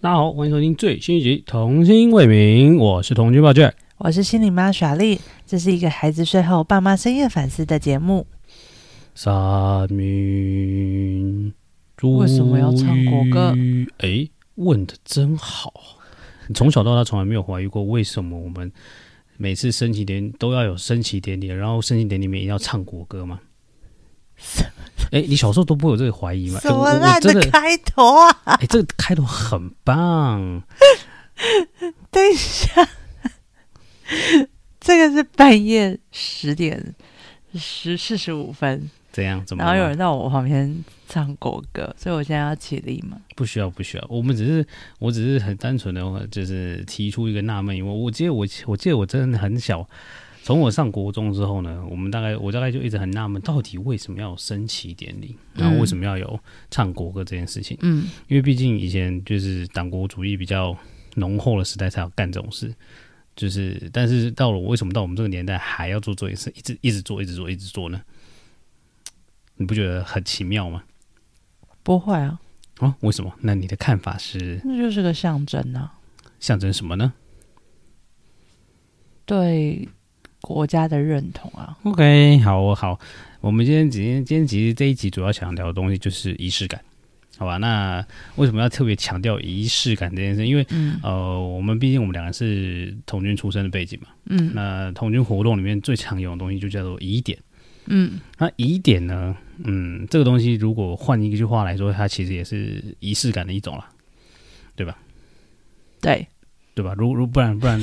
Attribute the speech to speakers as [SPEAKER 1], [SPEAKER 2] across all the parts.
[SPEAKER 1] 大家好，欢迎收听最新一集《童心未泯》，我是童军报卷。
[SPEAKER 2] 我是心理妈耍丽，这是一个孩子睡后爸妈深夜反思的节目。
[SPEAKER 1] 三民主
[SPEAKER 2] 为什么要唱国歌？
[SPEAKER 1] 哎，问的真好。你从小到大从来没有怀疑过，为什么我们每次升旗典礼都要有升旗典礼，然后升旗典礼里面一定要唱国歌吗？哎，你小时候都不会有这个怀疑吗？
[SPEAKER 2] 什么
[SPEAKER 1] 诶我我
[SPEAKER 2] 烂
[SPEAKER 1] 真
[SPEAKER 2] 的
[SPEAKER 1] 的，
[SPEAKER 2] 开头啊！
[SPEAKER 1] 哎，这个开头很棒。
[SPEAKER 2] 等一下，这个是半夜十点十四十五分，
[SPEAKER 1] 怎样？怎么
[SPEAKER 2] 然
[SPEAKER 1] 了吗？
[SPEAKER 2] 后有人到我旁边唱国歌，所以我现在要起立嘛。
[SPEAKER 1] 不需要，不需要。我们只是，我只是很单纯的，就是提出一个纳闷疑问。我记得我，我记得我真的很小，从我上国中之后呢，我们大概我大概就一直很纳闷，到底为什么要有升旗典礼，然后为什么要有唱国歌这件事情？
[SPEAKER 2] 嗯，
[SPEAKER 1] 因为毕竟以前就是党国主义比较浓厚的时代才有干这种事。就是，但是到了我为什么到我们这个年代还要做这件事，一直一直做，一直做，一直做呢？你不觉得很奇妙吗？
[SPEAKER 2] 不会啊，
[SPEAKER 1] 哦，为什么？那你的看法是？
[SPEAKER 2] 那就是个象征啊，
[SPEAKER 1] 象征什么呢
[SPEAKER 2] 对国家的认同啊。
[SPEAKER 1] ？OK，好哦，好，我们今天今天今天其实这一集主要想聊的东西就是仪式感，好吧？那为什么要特别强调仪式感这件事？因为
[SPEAKER 2] 嗯
[SPEAKER 1] 呃，我们毕竟我们两个是童军出身的背景嘛，
[SPEAKER 2] 嗯
[SPEAKER 1] 那童军活动里面最常用的东西就叫做疑点。
[SPEAKER 2] 嗯，
[SPEAKER 1] 那疑点呢，嗯，这个东西如果换一句话来说，它其实也是仪式感的一种啦，
[SPEAKER 2] 对，
[SPEAKER 1] 对吧？如如不然 不然，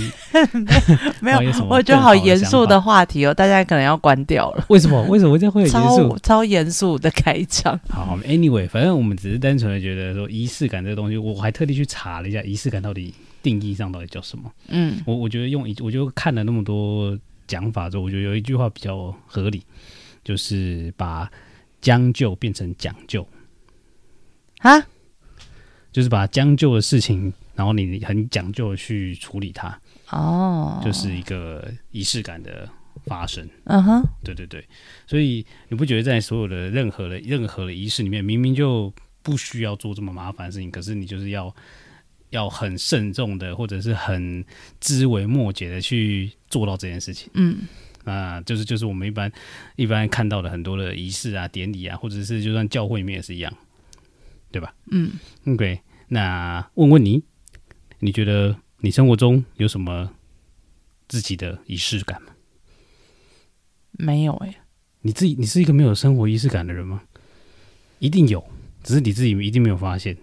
[SPEAKER 2] 没
[SPEAKER 1] 不
[SPEAKER 2] 有
[SPEAKER 1] 好意思，
[SPEAKER 2] 我觉得好严肃的话题哦，大家可能要关掉了。
[SPEAKER 1] 为什么为什么这样会有严肃
[SPEAKER 2] 超？超严肃的开场，
[SPEAKER 1] 好，anyway，反正我们只是单纯的觉得说仪式感这个东西，我还特地去查了一下仪式感到底定义上到底叫什么。
[SPEAKER 2] 嗯，
[SPEAKER 1] 我我觉得用一，我就看了那么多讲法之后，我觉得有一句话比较合理，就是把将就变成讲究，
[SPEAKER 2] 啊，
[SPEAKER 1] 就是把将就的事情，然后你很讲究的去处理它，
[SPEAKER 2] 哦，
[SPEAKER 1] 就是一个仪式感的发生。
[SPEAKER 2] 嗯哼，
[SPEAKER 1] 对对对，所以你不觉得在所有的任何的任何的仪式里面，明明就不需要做这么麻烦的事情，可是你就是要要很慎重的，或者是很枝微末节的去做到这件事情。
[SPEAKER 2] 嗯
[SPEAKER 1] 那就是就是我们一般一般看到的很多的仪式啊、典礼啊，或者是就算教会里面也是一样。
[SPEAKER 2] 嗯，
[SPEAKER 1] OK，那问问你，你觉得你生活中有什么自己的仪式感吗？
[SPEAKER 2] 没有哎、
[SPEAKER 1] 你自己，你是一个没有生活仪式感的人吗？一定有，只是你自己一定没有发现。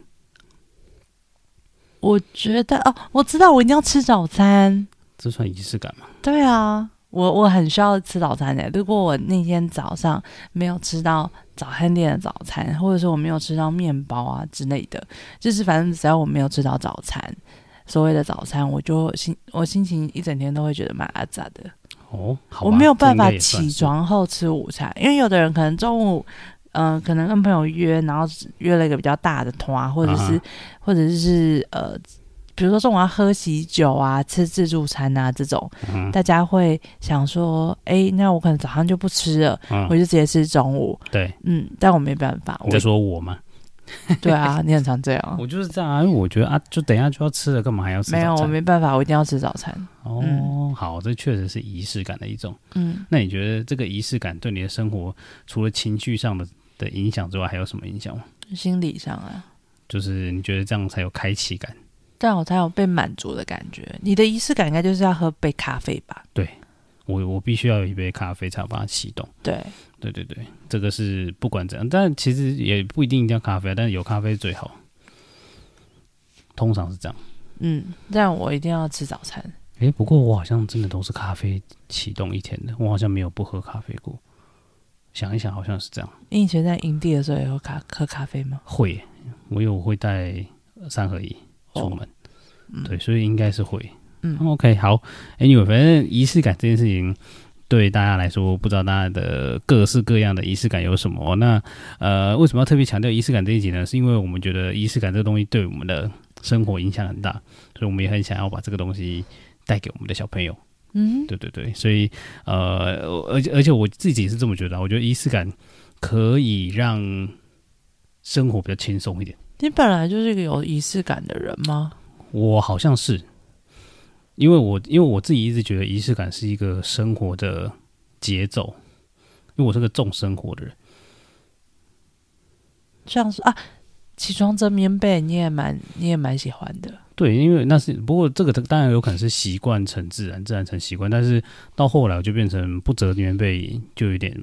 [SPEAKER 2] 我觉得哦，我知道我一定要吃早餐，
[SPEAKER 1] 这算仪式感吗？
[SPEAKER 2] 对啊，我我很需要吃早餐的、欸如果我那天早上没有吃到早餐店的早餐，或者说我没有吃到面包啊之类的，就是反正只要我没有吃到早餐，所谓的早餐，我就心我心情一整天都会觉得蛮阿杂的。
[SPEAKER 1] 哦，好吧
[SPEAKER 2] 我没有办法
[SPEAKER 1] 这应该也算
[SPEAKER 2] 起床后吃午餐，因为有的人可能中午，嗯、可能跟朋友约，然后约了一个比较大的团，或者是、
[SPEAKER 1] 啊哈
[SPEAKER 2] 或者是呃，比如说中午要喝喜酒啊、吃自助餐啊这种，
[SPEAKER 1] 嗯
[SPEAKER 2] 大家会想说，哎、那我可能早上就不吃了，我
[SPEAKER 1] 嗯，
[SPEAKER 2] 就直接吃中午。
[SPEAKER 1] 对，
[SPEAKER 2] 嗯，但我没办法，
[SPEAKER 1] 你在
[SPEAKER 2] 我
[SPEAKER 1] 说我吗？
[SPEAKER 2] 对啊，你很常这样，
[SPEAKER 1] 我就是这样啊，因为我觉得啊，就等一下就要吃了，干嘛还要吃早
[SPEAKER 2] 没
[SPEAKER 1] 餐？
[SPEAKER 2] 有，我没办法，我一定要吃早餐。
[SPEAKER 1] 哦，
[SPEAKER 2] 嗯
[SPEAKER 1] 好，这确实是仪式感的一种。
[SPEAKER 2] 嗯，
[SPEAKER 1] 那你觉得这个仪式感对你的生活，除了情绪上的的影响之外，还有什么影响吗？
[SPEAKER 2] 心理上啊。
[SPEAKER 1] 就是你觉得这样才有开启感？
[SPEAKER 2] 但我才有被满足的感觉。你的仪式感应该就是要喝杯咖啡吧？
[SPEAKER 1] 我我必须要有一杯咖啡才把它启动。
[SPEAKER 2] 对，
[SPEAKER 1] 对对对，这个是不管怎样，但其实也不一定一定要咖啡啊，但是有咖啡最好。通常是这样。
[SPEAKER 2] 嗯，但我一定要吃早餐。
[SPEAKER 1] 诶，不过我好像真的都是咖啡启动一天的，我好像没有不喝咖啡过。想一想，好像是这样。
[SPEAKER 2] 你以前在营地的时候也喝咖喝咖啡吗？
[SPEAKER 1] 会耶，我有会带三合一出门，
[SPEAKER 2] 嗯
[SPEAKER 1] 对，所以应该是会。
[SPEAKER 2] 嗯
[SPEAKER 1] OK，好。Anyway，反正仪式感这件事情，对大家来说，不知道大家的各式各样的仪式感有什么。那呃，为什么要特别强调仪式感这一集呢？是因为我们觉得仪式感这个东西对我们的生活影响很大，所以我们也很想要把这个东西带给我们的小朋友。
[SPEAKER 2] 嗯，
[SPEAKER 1] 对对对，所以呃，而且而且我自己也是这么觉得啊，我觉得仪式感可以让生活比较轻松一点。
[SPEAKER 2] 你本来就是一个有仪式感的人吗？
[SPEAKER 1] 我好像是，因为我因为我自己一直觉得仪式感是一个生活的节奏，因为我是个重生活的人。
[SPEAKER 2] 像是啊，起床折棉被，你也蛮你也蛮喜欢的。
[SPEAKER 1] 对，因为那是不过这个当然有可能是习惯成自然，自然成习惯，但是到后来我就变成不折棉被就有点，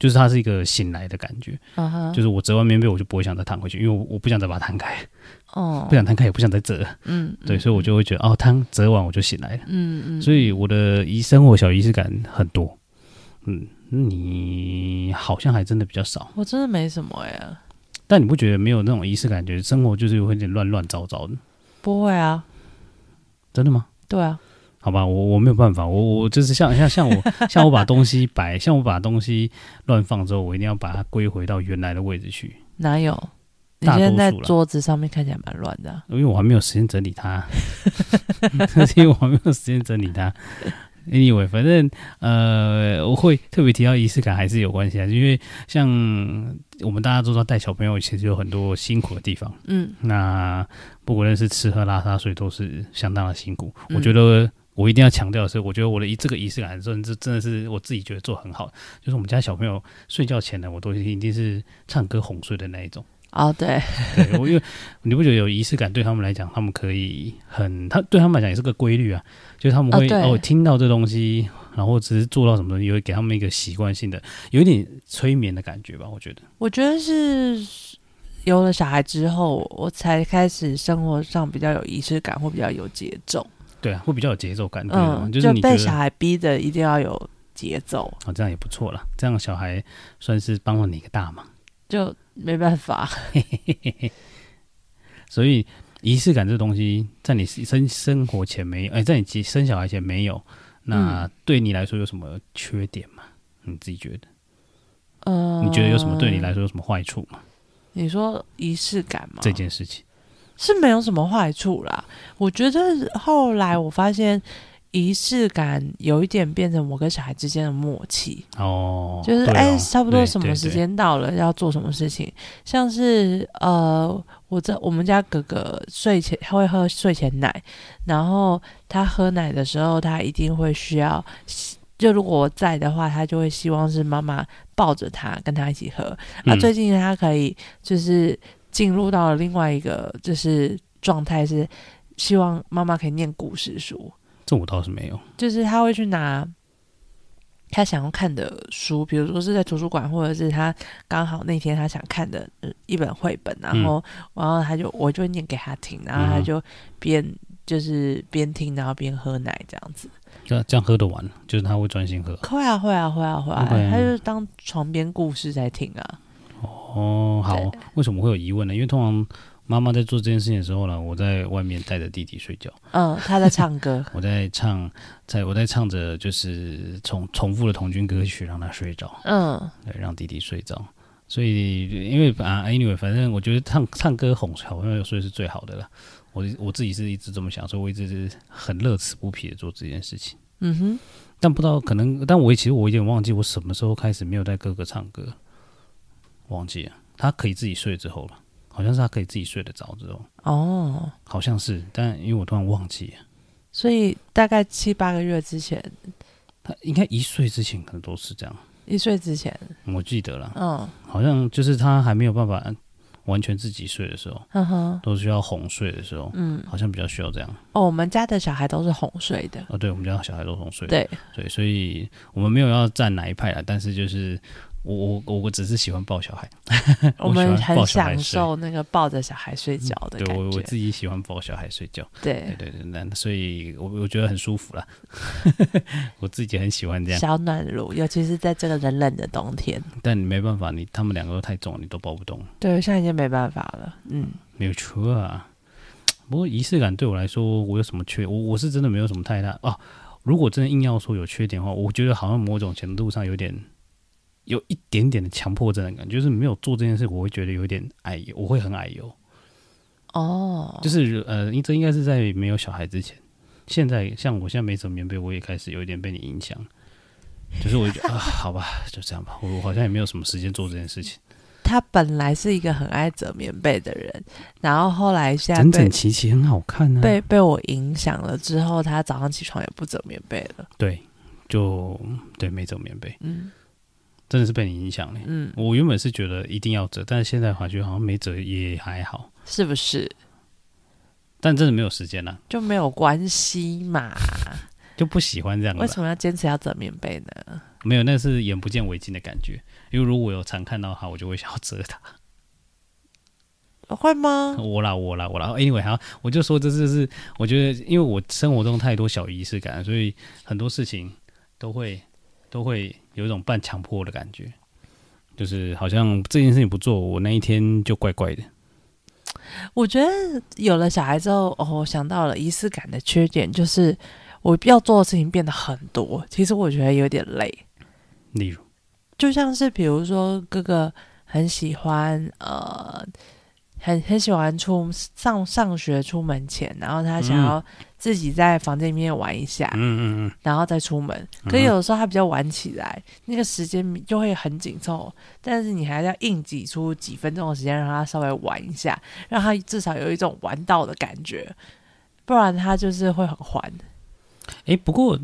[SPEAKER 1] 就是它是一个醒来的感觉，
[SPEAKER 2] 啊哈，
[SPEAKER 1] 就是我折完棉被我就不会想再躺回去，因为我我不想再把它摊开，
[SPEAKER 2] 哦
[SPEAKER 1] 不，想摊开也不想再折，
[SPEAKER 2] 嗯，
[SPEAKER 1] 对，
[SPEAKER 2] 嗯
[SPEAKER 1] 所以我就会觉得哦，摊折完我就醒来了，
[SPEAKER 2] 嗯嗯，
[SPEAKER 1] 所以我的仪生活小仪式感很多，嗯，你好像还真的比较少，
[SPEAKER 2] 我真的没什么哎、
[SPEAKER 1] 但你不觉得没有那种仪式感觉，生活就是会有点乱乱糟糟的，
[SPEAKER 2] 不会啊，
[SPEAKER 1] 真的吗？
[SPEAKER 2] 对啊，
[SPEAKER 1] 好吧，我我没有办法，我我就是像像像我像我把东西摆，像我把东西乱放之后，我一定要把它归回到原来的位置去，
[SPEAKER 2] 哪有？你
[SPEAKER 1] 大
[SPEAKER 2] 现
[SPEAKER 1] 多
[SPEAKER 2] 在在
[SPEAKER 1] 数啦
[SPEAKER 2] 桌子上面看起来蛮乱的啊、
[SPEAKER 1] 因为我还没有时间整理它， 因为我还没有时间整理它。Anyway，反正呃，我会特别提到仪式感还是有关系啊，因为像我们大家都知道带小朋友其实有很多辛苦的地方，
[SPEAKER 2] 嗯，
[SPEAKER 1] 那不管是吃喝拉撒睡都是相当的辛苦。
[SPEAKER 2] 嗯
[SPEAKER 1] 我觉得我一定要强调的是，我觉得我的一这个仪式感真是真的是我自己觉得做得很好，就是我们家小朋友睡觉前呢，我都一定是唱歌哄睡的那一种。
[SPEAKER 2] 哦对，
[SPEAKER 1] 对，我因为你不觉得有仪式感对他们来讲，他们可以很，他对他们来讲也是个规律啊，就是他们会
[SPEAKER 2] 啊对
[SPEAKER 1] 哦听到这东西，然后只是做到什么东西，也会给他们一个习惯性的，有一点催眠的感觉吧，我觉得。
[SPEAKER 2] 我觉得是有了小孩之后，我才开始生活上比较有仪式感，或比较有节奏。
[SPEAKER 1] 对啊，会比较有节奏感，对吗
[SPEAKER 2] 嗯，
[SPEAKER 1] 就是你觉
[SPEAKER 2] 被小
[SPEAKER 1] 得
[SPEAKER 2] 孩逼的一定要有节奏，
[SPEAKER 1] 哦，这样也不错啦，这样小孩算是帮了你一个大忙。
[SPEAKER 2] 就没办法。
[SPEAKER 1] 所以仪式感这东西，在你生生活前没有，哎，在你结生小孩前没有，
[SPEAKER 2] 嗯
[SPEAKER 1] 那对你来说有什么缺点吗？你自己觉得？
[SPEAKER 2] 嗯，
[SPEAKER 1] 你觉得有什么对你来说有什么坏处吗？
[SPEAKER 2] 你说仪式感吗？
[SPEAKER 1] 这件事情？
[SPEAKER 2] 是没有什么坏处啦。我觉得后来我发现，仪式感有一点变成我跟小孩之间的默契，
[SPEAKER 1] 哦，
[SPEAKER 2] 就是
[SPEAKER 1] 对
[SPEAKER 2] 哎、
[SPEAKER 1] 哦
[SPEAKER 2] 差不多什么时？
[SPEAKER 1] 对对对
[SPEAKER 2] 间到了要做什么事情，像是呃，我在我们家哥哥睡前他会喝睡前奶，然后他喝奶的时候，他一定会需要。就如果我在的话，他就会希望是妈妈抱着他，跟他一起喝。啊，
[SPEAKER 1] 嗯
[SPEAKER 2] 最近他可以就是进入到了另外一个就是状态，是希望妈妈可以念故事书，
[SPEAKER 1] 这我倒是没有。
[SPEAKER 2] 就是他会去拿他想要看的书，比如说是在图书馆，或者是他刚好那天他想看的呃一本绘本，然后、然后他就我就会念给他听，然后他
[SPEAKER 1] 嗯
[SPEAKER 2] 就边、就是边听，然后边喝奶这样子。
[SPEAKER 1] 这这样喝得完，就是他会专心喝。
[SPEAKER 2] 会啊会啊会啊会啊
[SPEAKER 1] OK
[SPEAKER 2] 他就是当床边故事在听啊。
[SPEAKER 1] 哦，好
[SPEAKER 2] 对，
[SPEAKER 1] 为什么会有疑问呢？因为通常妈妈在做这件事情的时候呢，我在外面带着弟弟睡觉，。
[SPEAKER 2] 嗯，他在唱歌
[SPEAKER 1] 我在唱，在我在唱着就是重重复的童军歌曲，让他睡着，
[SPEAKER 2] 嗯，
[SPEAKER 1] 对，让弟弟睡着。所以，因为啊，anyway，反正我觉得唱唱歌哄小朋友睡是最好的了。我我自己是一直这么想，所以我一直是很乐此不疲的做这件事情。
[SPEAKER 2] 嗯哼，
[SPEAKER 1] 但不知道可能，但我也其实我有点忘记我什么时候开始没有带哥哥唱歌，忘记了。他可以自己睡之后了，好像是他可以自己睡得着之后，
[SPEAKER 2] 哦，
[SPEAKER 1] 好像是，但因为我突然忘记了，
[SPEAKER 2] 所以大概七八个月之前，
[SPEAKER 1] 他应该一岁之前可能都是这样，
[SPEAKER 2] 一岁之前，
[SPEAKER 1] 我记得了，
[SPEAKER 2] 嗯，
[SPEAKER 1] 好像就是他还没有办法完全自己睡的时候，
[SPEAKER 2] 哼嗯哼，
[SPEAKER 1] 都需要哄睡的时候，
[SPEAKER 2] 嗯，
[SPEAKER 1] 好像比较需要这样。
[SPEAKER 2] 哦，我们家的小孩都是哄睡的，
[SPEAKER 1] 哦，对，我们家小孩都哄睡，
[SPEAKER 2] 对，
[SPEAKER 1] 对，所以我们没有要站哪一派啊，但是就是我我我我只是喜欢抱小孩。
[SPEAKER 2] 我
[SPEAKER 1] 喜
[SPEAKER 2] 们
[SPEAKER 1] 欢
[SPEAKER 2] 很
[SPEAKER 1] 抱小孩嗯
[SPEAKER 2] 享受那个抱着小孩睡觉的
[SPEAKER 1] 对
[SPEAKER 2] 感
[SPEAKER 1] 我我
[SPEAKER 2] 觉，
[SPEAKER 1] 自己喜欢抱小孩睡觉，对
[SPEAKER 2] 对，
[SPEAKER 1] 对对，那所以我我觉得很舒服啦， 我自己很喜欢这样，
[SPEAKER 2] 小暖炉，尤其是在这个冷冷的冬天，
[SPEAKER 1] 但你没办法，你他们两个都太重，你都抱不动，
[SPEAKER 2] 对，现在已经没办法了，嗯，
[SPEAKER 1] 没有错啊。不过仪式感对我来说，我有什么缺？我我是真的没有什么太大哦。如果真的硬要说有缺点的话，我觉得好像某种程度上有点有一点点的强迫症的感觉，就是没有做这件事，我会觉得有点矮油，我会很矮油。
[SPEAKER 2] 哦，
[SPEAKER 1] 就是呃，这应该是在没有小孩之前。现在像我现在没什么棉被，我也开始有一点被你影响，就是我就觉 得啊，好吧，就这样吧，我我好像也没有什么时间做这件事情，
[SPEAKER 2] 他本来是一个很爱折棉被的人，然后后来现在
[SPEAKER 1] 整
[SPEAKER 2] 被
[SPEAKER 1] 整齐齐很好看啊呢、
[SPEAKER 2] 被被我影响了之后，他早上起床也不折棉被了。
[SPEAKER 1] 对，就对，没折棉被，
[SPEAKER 2] 嗯
[SPEAKER 1] 真的是被你影响了。
[SPEAKER 2] 嗯，
[SPEAKER 1] 我原本是觉得一定要折，但是现在感觉好像没折也还好，
[SPEAKER 2] 是不是
[SPEAKER 1] 但真的没有时间了，
[SPEAKER 2] 就没有关系嘛？
[SPEAKER 1] 就不喜欢这样
[SPEAKER 2] 为
[SPEAKER 1] 了。
[SPEAKER 2] 什么要坚持要折棉被呢？
[SPEAKER 1] 没有，那是眼不见为净的感觉。因为如果我有常看到它，我就会想要折它。
[SPEAKER 2] 会吗？
[SPEAKER 1] 我啦，我啦，我啦。Anyway，好，我就说这就是我觉得，因为我生活中太多小仪式感，所以很多事情都会都会有一种半强迫的感觉，就是好像这件事情不做，我那一天就怪怪的。
[SPEAKER 2] 我觉得有了小孩之后，哦，我想到了仪式感的缺点就是我要做的事情变得很多，其实我觉得有点累。
[SPEAKER 1] 例如，
[SPEAKER 2] 就像是比如说哥哥很喜欢呃。很很喜欢出上上学出门前，然后他想要自己在房间里面玩一下，
[SPEAKER 1] 嗯嗯嗯，
[SPEAKER 2] 然后再出门。可
[SPEAKER 1] 嗯
[SPEAKER 2] 有的时候他比较晚起来，那个时间就会很紧凑，但是你还要硬挤出几分钟的时间让他稍微玩一下，让他至少有一种玩到的感觉，不然他就是会很欢。
[SPEAKER 1] 哎、不过，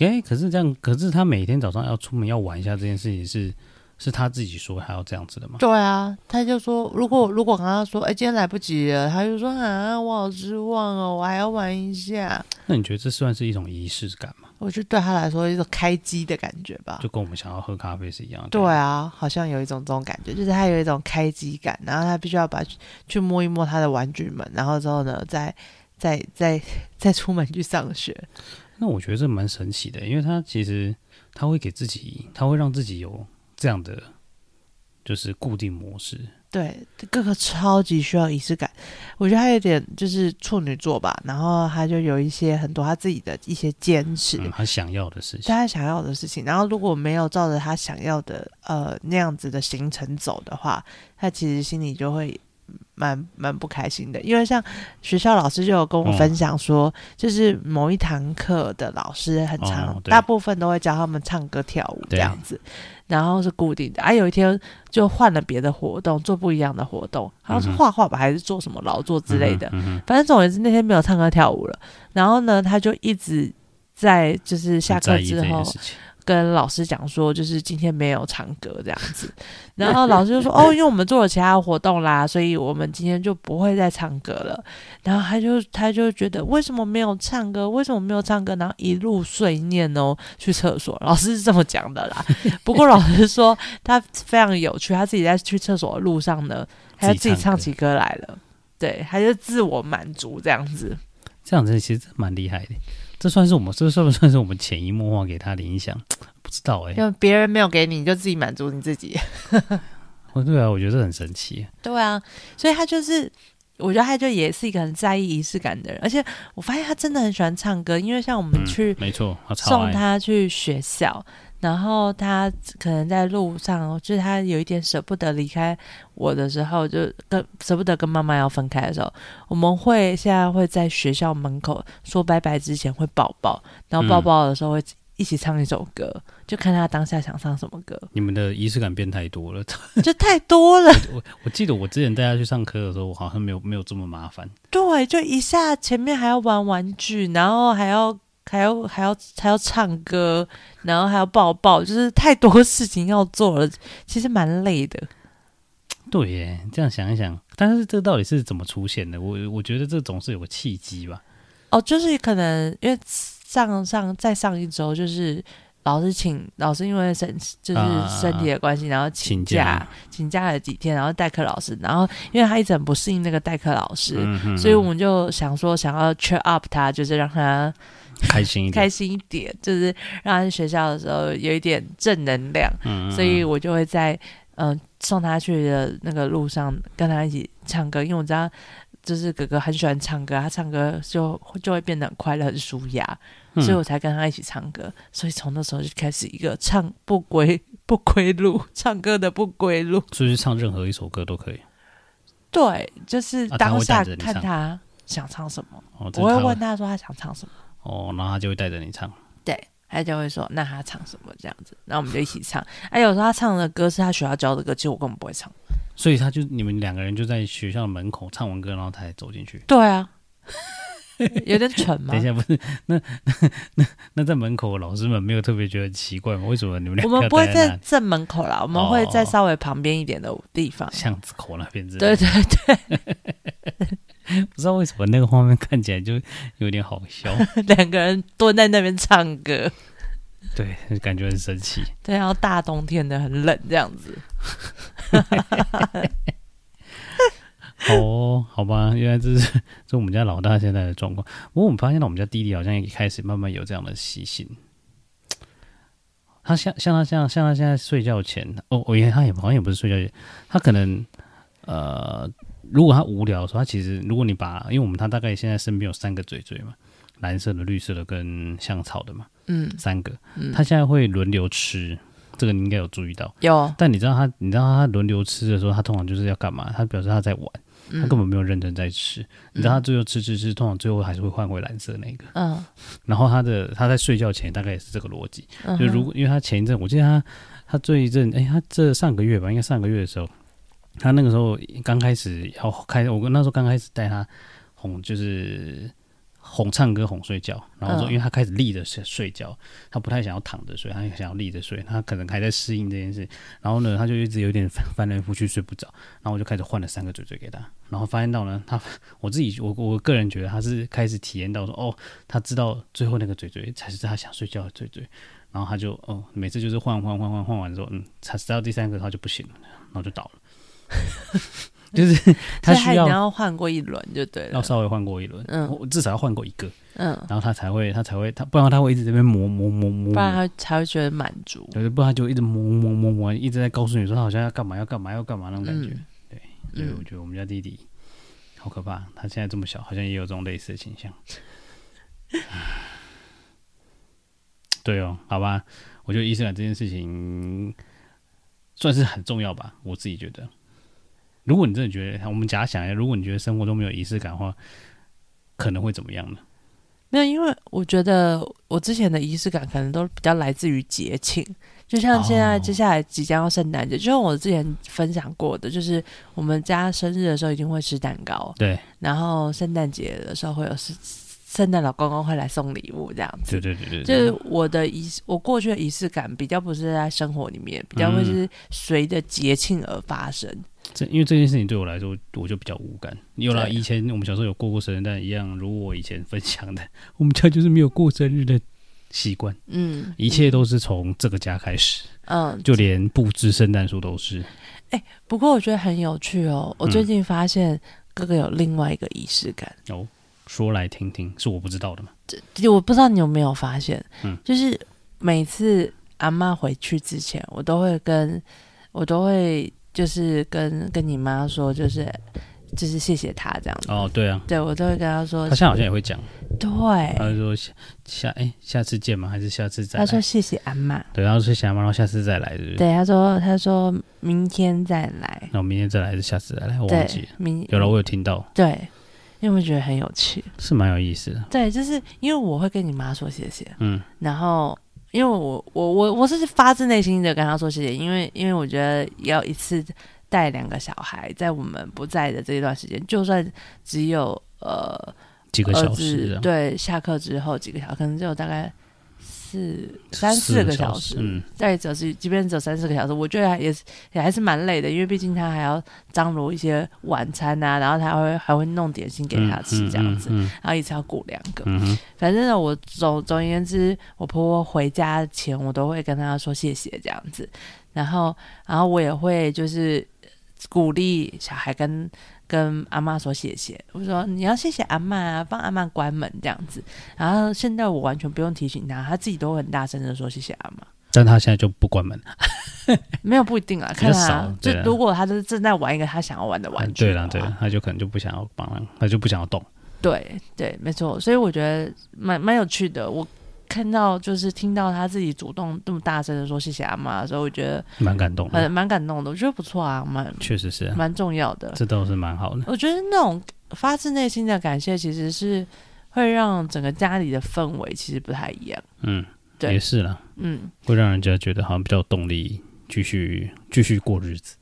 [SPEAKER 1] 哎、可是这样，可是他每天早上要出门要玩一下这件事情是是他自己说他要这样子的吗？
[SPEAKER 2] 对啊，他就说，如果如果跟他说，哎、今天来不及了，他就说啊，我好失望哦，我还要玩一下。
[SPEAKER 1] 那你觉得这算是一种仪式感吗？
[SPEAKER 2] 我就对他来说一种开机的感觉吧。
[SPEAKER 1] 就跟我们想要喝咖啡是一样的。
[SPEAKER 2] 对，啊，好像有一种这种感觉，就是他有一种开机感，然后他必须要把去摸一摸他的玩具们，然后之后呢，再再再再出门去上学。
[SPEAKER 1] 那我觉得这蛮神奇的，因为他其实他会给自己，他会让自己有这样的就是固定模式。
[SPEAKER 2] 对，哥哥超级需要仪式感，我觉得他有点就是处女座吧，然后他就有一些很多他自己的一些坚持，
[SPEAKER 1] 嗯，他想要的事情。
[SPEAKER 2] 他想要的事情，然后如果没有照着他想要的呃那样子的行程走的话，他其实心里就会蛮蛮不开心的。因为像学校老师就有跟我
[SPEAKER 1] 嗯
[SPEAKER 2] 分享说，就是某一堂课的老师很常、
[SPEAKER 1] 哦对
[SPEAKER 2] 大部分都会教他们唱歌跳舞这
[SPEAKER 1] 对
[SPEAKER 2] 样子，然后是固定的。啊，有一天就换了别的活动，做不一样的活动，好像是
[SPEAKER 1] 嗯哼
[SPEAKER 2] 画画吧，还是做什么劳作之类的。
[SPEAKER 1] 嗯哼，嗯哼
[SPEAKER 2] 反正总而言之，那天没有唱歌跳舞了。然后呢，他就一直在就是下
[SPEAKER 1] 很
[SPEAKER 2] 课
[SPEAKER 1] 在意
[SPEAKER 2] 之
[SPEAKER 1] 这
[SPEAKER 2] 后
[SPEAKER 1] 件事情。
[SPEAKER 2] 跟老师讲说，就是今天没有唱歌这样子。 然后老师就说：“哦，因为我们做了其他活动啦，所以我们今天就不会再唱歌了。”然后他就他就觉得为什么没有唱歌？为什么没有唱歌？然后一路碎念哦，去厕所。老师是这么讲 的啦。不过老师说他非常有趣，他自己在去厕所的路上呢，他就自
[SPEAKER 1] 自己
[SPEAKER 2] 己
[SPEAKER 1] 唱
[SPEAKER 2] 唱
[SPEAKER 1] 歌
[SPEAKER 2] 起歌来了。对，他就自我满足这样子。
[SPEAKER 1] 这样子其实蛮厉害的，这算是我们这算不算是我们潜移默化给他的影响？不知道哎、
[SPEAKER 2] 因为别人没有给你，你就自己满足你自己。
[SPEAKER 1] 我对啊，我觉得这很神奇。
[SPEAKER 2] 对啊，所以他就是，我觉得他就也是一个很在意仪式感的人，而且我发现他真的很喜欢唱歌，因为像我们
[SPEAKER 1] 嗯，
[SPEAKER 2] 去
[SPEAKER 1] 没错，他超
[SPEAKER 2] 送
[SPEAKER 1] 爱。
[SPEAKER 2] 他去学校，然后他可能在路上，就是他有一点舍不得离开我的时候，就跟舍不得跟妈妈要分开的时候，我们会现在会在学校门口说拜拜之前会抱抱，然后抱
[SPEAKER 1] 嗯
[SPEAKER 2] 抱的时候会一起唱一首歌，就看他当下想唱什么歌，
[SPEAKER 1] 你们的仪式感变太多了。
[SPEAKER 2] 就太多了。
[SPEAKER 1] 我记得我之前带他去上课的时候，我好像没有没有这么麻烦。
[SPEAKER 2] 对，就一下前面还要玩玩具，然后还要还要还要还要唱歌，然后还要抱抱，就是太多事情要做了，其实蛮累的。
[SPEAKER 1] 对耶，这样想一想，但是这到底是怎么出现的？我我觉得这总是有个契机吧。
[SPEAKER 2] 哦，就是可能因为上上再上一周就是。老师请老师因为身就是
[SPEAKER 1] 啊
[SPEAKER 2] 身体的关系，然后请
[SPEAKER 1] 请假
[SPEAKER 2] 请假了几天，然后代课老师，然后因为他一直很不适应那个代课老师，
[SPEAKER 1] 嗯哼
[SPEAKER 2] 所以我们就想说想要 cheer up 他，就是让他
[SPEAKER 1] 开心一点，
[SPEAKER 2] 开心一点，就是让他去学校的时候有一点正能量，
[SPEAKER 1] 嗯
[SPEAKER 2] 所以我就会在嗯、呃送他去的那个路上跟他一起唱歌，因为我知道就是哥哥很喜欢唱歌，他唱歌就就会变得很快乐、很舒压，
[SPEAKER 1] 嗯
[SPEAKER 2] 所以我才跟他一起唱歌。所以从那时候就开始一个唱不归不归路，唱歌的不 归路。
[SPEAKER 1] 所以去唱任何一首歌都可以。
[SPEAKER 2] 对，就是
[SPEAKER 1] 啊他
[SPEAKER 2] 当
[SPEAKER 1] 会
[SPEAKER 2] 下
[SPEAKER 1] 带着你
[SPEAKER 2] 看
[SPEAKER 1] 唱
[SPEAKER 2] 他想唱什么，
[SPEAKER 1] 哦，这
[SPEAKER 2] 我
[SPEAKER 1] 是
[SPEAKER 2] 会
[SPEAKER 1] 他
[SPEAKER 2] 问他说他想唱什么，
[SPEAKER 1] 哦，然后他就会带着你唱。
[SPEAKER 2] 对。他就会说：“那他唱什么这样子？”然后我们就一起唱。 哎、有时候他唱的歌是他学校教的歌，其实我根本不会唱。
[SPEAKER 1] 所以他就你们两个人就在学校门口唱完歌，然后他才走进去。
[SPEAKER 2] 对啊， 有点蠢吗
[SPEAKER 1] 等一？下，不是那那那那在门口，老师们没有特别觉得很奇怪吗？为什么你们两
[SPEAKER 2] 我
[SPEAKER 1] 个
[SPEAKER 2] 们
[SPEAKER 1] 要
[SPEAKER 2] 不会
[SPEAKER 1] 待
[SPEAKER 2] 在
[SPEAKER 1] 在
[SPEAKER 2] 正门口啦，我们会在稍微旁边一点的地方
[SPEAKER 1] 那。巷子口那边之类
[SPEAKER 2] 对
[SPEAKER 1] 的？
[SPEAKER 2] 对
[SPEAKER 1] 不知道为什么那个画面看起来就有点好 笑，
[SPEAKER 2] 对，两个人蹲在那边唱歌，
[SPEAKER 1] 对，感觉很神奇。
[SPEAKER 2] 对，然后大冬天的很冷这样子。
[SPEAKER 1] 好哦，好吧，原来这是这是我们家老大现在的状况。不过我们发现到我们家弟弟好像也开始慢慢有这样的习性。他像像他像像他现在睡觉前，哦，我也他也好像也不是睡觉前，他可能呃，如果他无聊的时候，他其实如果你把，因为我们他大概现在身边有三个嘴嘴嘛，蓝色的、绿色的跟香草的嘛，
[SPEAKER 2] 嗯，
[SPEAKER 1] 三个，
[SPEAKER 2] 嗯
[SPEAKER 1] 他现在会轮流吃，这个你应该有注意到。
[SPEAKER 2] 有，
[SPEAKER 1] 但你知道他，你知道他轮流吃的时候，他通常就是要干嘛？他表示他在玩。他
[SPEAKER 2] 嗯
[SPEAKER 1] 根本没有认真在吃。你知道他最后吃吃吃，通常最后还是会换回蓝色那个。
[SPEAKER 2] 嗯，
[SPEAKER 1] 然后他的他在睡觉前大概也是这个逻辑，
[SPEAKER 2] 嗯
[SPEAKER 1] 就
[SPEAKER 2] 哼
[SPEAKER 1] 如果因为他前一阵，我记得他他最一阵，哎，他这上个月吧，应该上个月的时候，他那个时候刚开始要开，我跟那时候刚开始带他哄，就是哄唱歌哄睡觉，然后说
[SPEAKER 2] 嗯
[SPEAKER 1] 因为他开始立着睡睡觉，他不太想要躺着睡，他想要立着睡，他可能还在适应这件事，然后呢，他就一直有点翻翻来覆去睡不着，然后我就开始换了三个嘴嘴给他，然后发现到呢，他我自己我我个人觉得他是开始体验到说哦，他知道最后那个嘴嘴才是他想睡觉的嘴嘴，然后他就哦，每次就是换换换换换完之后，嗯，才直到第三个他就不行了，然后就倒了，就是他
[SPEAKER 2] 所以
[SPEAKER 1] 需
[SPEAKER 2] 一定
[SPEAKER 1] 要
[SPEAKER 2] 要换过一轮就对
[SPEAKER 1] 要
[SPEAKER 2] 了。
[SPEAKER 1] 稍微换过一轮，
[SPEAKER 2] 嗯
[SPEAKER 1] 我至少要换过一个，
[SPEAKER 2] 嗯，
[SPEAKER 1] 然后他才会他才会他，不然他会一直这边磨磨磨磨
[SPEAKER 2] 不然
[SPEAKER 1] 磨。
[SPEAKER 2] 他才会觉得满足。
[SPEAKER 1] 对，不然他就一直磨磨磨磨，一直在告诉你说他好像要干嘛要干嘛要干嘛那种感觉。
[SPEAKER 2] 嗯
[SPEAKER 1] 所以我觉得我们家弟弟好可怕，他现在这么小，好像也有这种类似的倾向。对哦，好吧，我觉得仪式感这件事情算是很重要吧，我自己觉得。如果你真的觉得，我们假想一下，如果你觉得生活中没有仪式感的话，可能会怎么样呢？
[SPEAKER 2] 没有，因为我觉得我之前的仪式感可能都比较来自于节庆，就像现在
[SPEAKER 1] 哦
[SPEAKER 2] 接下来即将要圣诞节，就像我之前分享过的，就是我们家生日的时候一定会吃蛋糕，
[SPEAKER 1] 对，
[SPEAKER 2] 然后圣诞节的时候会有圣圣诞老公公会来送礼物这样子
[SPEAKER 1] 对。对对对，
[SPEAKER 2] 就是
[SPEAKER 1] 对
[SPEAKER 2] 我的仪式，我过去的仪式感比较不是在生活里面，比较会是随着节庆而发生。
[SPEAKER 1] 这因为这件事情对我来说，我就比较无感。有了
[SPEAKER 2] 对
[SPEAKER 1] 以前我们小时候有过过生日，但一样，如我以前分享的，我们家就是没有过生日的习惯，
[SPEAKER 2] 嗯，
[SPEAKER 1] 一切都是从这个家开始，
[SPEAKER 2] 嗯，
[SPEAKER 1] 就连布置圣诞树都是。
[SPEAKER 2] 不过我觉得很有趣哦，我最近发现哥哥有另外一个仪式感，
[SPEAKER 1] 哦，说来听听，是我不知道的嘛？
[SPEAKER 2] 就我不知道你有没有发现，
[SPEAKER 1] 嗯
[SPEAKER 2] 就是每次阿妈回去之前，我都会跟我都会就是跟跟你妈说，就是就是谢谢她这样子。
[SPEAKER 1] 哦，对啊，
[SPEAKER 2] 对，我都会跟她说
[SPEAKER 1] 他，现在好像也会讲，他
[SPEAKER 2] 对，
[SPEAKER 1] 就说下下哎下次见嘛，还是下次呃再
[SPEAKER 2] 她
[SPEAKER 1] 来？
[SPEAKER 2] 说谢谢阿妈，
[SPEAKER 1] 对，然后说想嘛，然后下次再来，对不对？
[SPEAKER 2] 对，她说她说明天再来，
[SPEAKER 1] 那我明天再来还是下次再来？我忘记
[SPEAKER 2] 对
[SPEAKER 1] 了。，
[SPEAKER 2] 明
[SPEAKER 1] 有了，我有听到，
[SPEAKER 2] 对，因为我觉得很有趣，
[SPEAKER 1] 是蛮有意思的。
[SPEAKER 2] 对，就是因为我会跟你妈说谢谢，
[SPEAKER 1] 嗯，
[SPEAKER 2] 然后因为我我我我是发自内心的跟他说谢谢，因为因为我觉得要一次带两个小孩，在我们不在的这一段时间，就算只有呃
[SPEAKER 1] 几个
[SPEAKER 2] 儿
[SPEAKER 1] 小时这
[SPEAKER 2] 子
[SPEAKER 1] 样，
[SPEAKER 2] 对下课之后几个小时，可能只有大概四三
[SPEAKER 1] 四
[SPEAKER 2] 四
[SPEAKER 1] 个
[SPEAKER 2] 个
[SPEAKER 1] 小
[SPEAKER 2] 小
[SPEAKER 1] 时
[SPEAKER 2] 时，
[SPEAKER 1] 嗯，
[SPEAKER 2] 再只是即便只有三四个小时，我觉得也是也还是蛮累的，因为毕竟他还要张罗一些晚餐啊，然后他还会还会弄点心给他吃这样子，
[SPEAKER 1] 嗯嗯嗯嗯
[SPEAKER 2] 然后一次要顾两个，
[SPEAKER 1] 嗯哼，
[SPEAKER 2] 反正呢，我总总而言之，我婆婆回家前，我都会跟她说谢谢这样子，然后然后我也会就是鼓励小孩跟跟阿妈说谢谢，我说你要谢谢阿妈啊，帮阿妈关门这样子。然后现在我完全不用提醒她，她自己都会很大声的说谢谢阿妈。
[SPEAKER 1] 但他现在就不关门。
[SPEAKER 2] 没有不一定啊，看
[SPEAKER 1] 比较
[SPEAKER 2] 他
[SPEAKER 1] 少
[SPEAKER 2] 就
[SPEAKER 1] 对啊
[SPEAKER 2] 如果他就是正在玩一个他想要玩的玩具
[SPEAKER 1] 哎对
[SPEAKER 2] 的话，
[SPEAKER 1] 啦，对啦，他就可能就不想要帮忙，他就不想要动。
[SPEAKER 2] 对对，没错，所以我觉得蛮蛮有趣的。我看到就是听到他自己主动这么大声的说谢谢阿妈的时候，我觉得
[SPEAKER 1] 蛮感动的，
[SPEAKER 2] 很蛮感动的，我觉得不错啊，蛮
[SPEAKER 1] 确实是啊，
[SPEAKER 2] 蛮重要的。
[SPEAKER 1] 这倒是蛮好的。
[SPEAKER 2] 我觉得那种发自内心的感谢，其实是会让整个家里的氛围其实不太一样。
[SPEAKER 1] 嗯，
[SPEAKER 2] 对
[SPEAKER 1] 也是啦，
[SPEAKER 2] 嗯，
[SPEAKER 1] 会让人家觉得好像比较有动力继续继续过日子。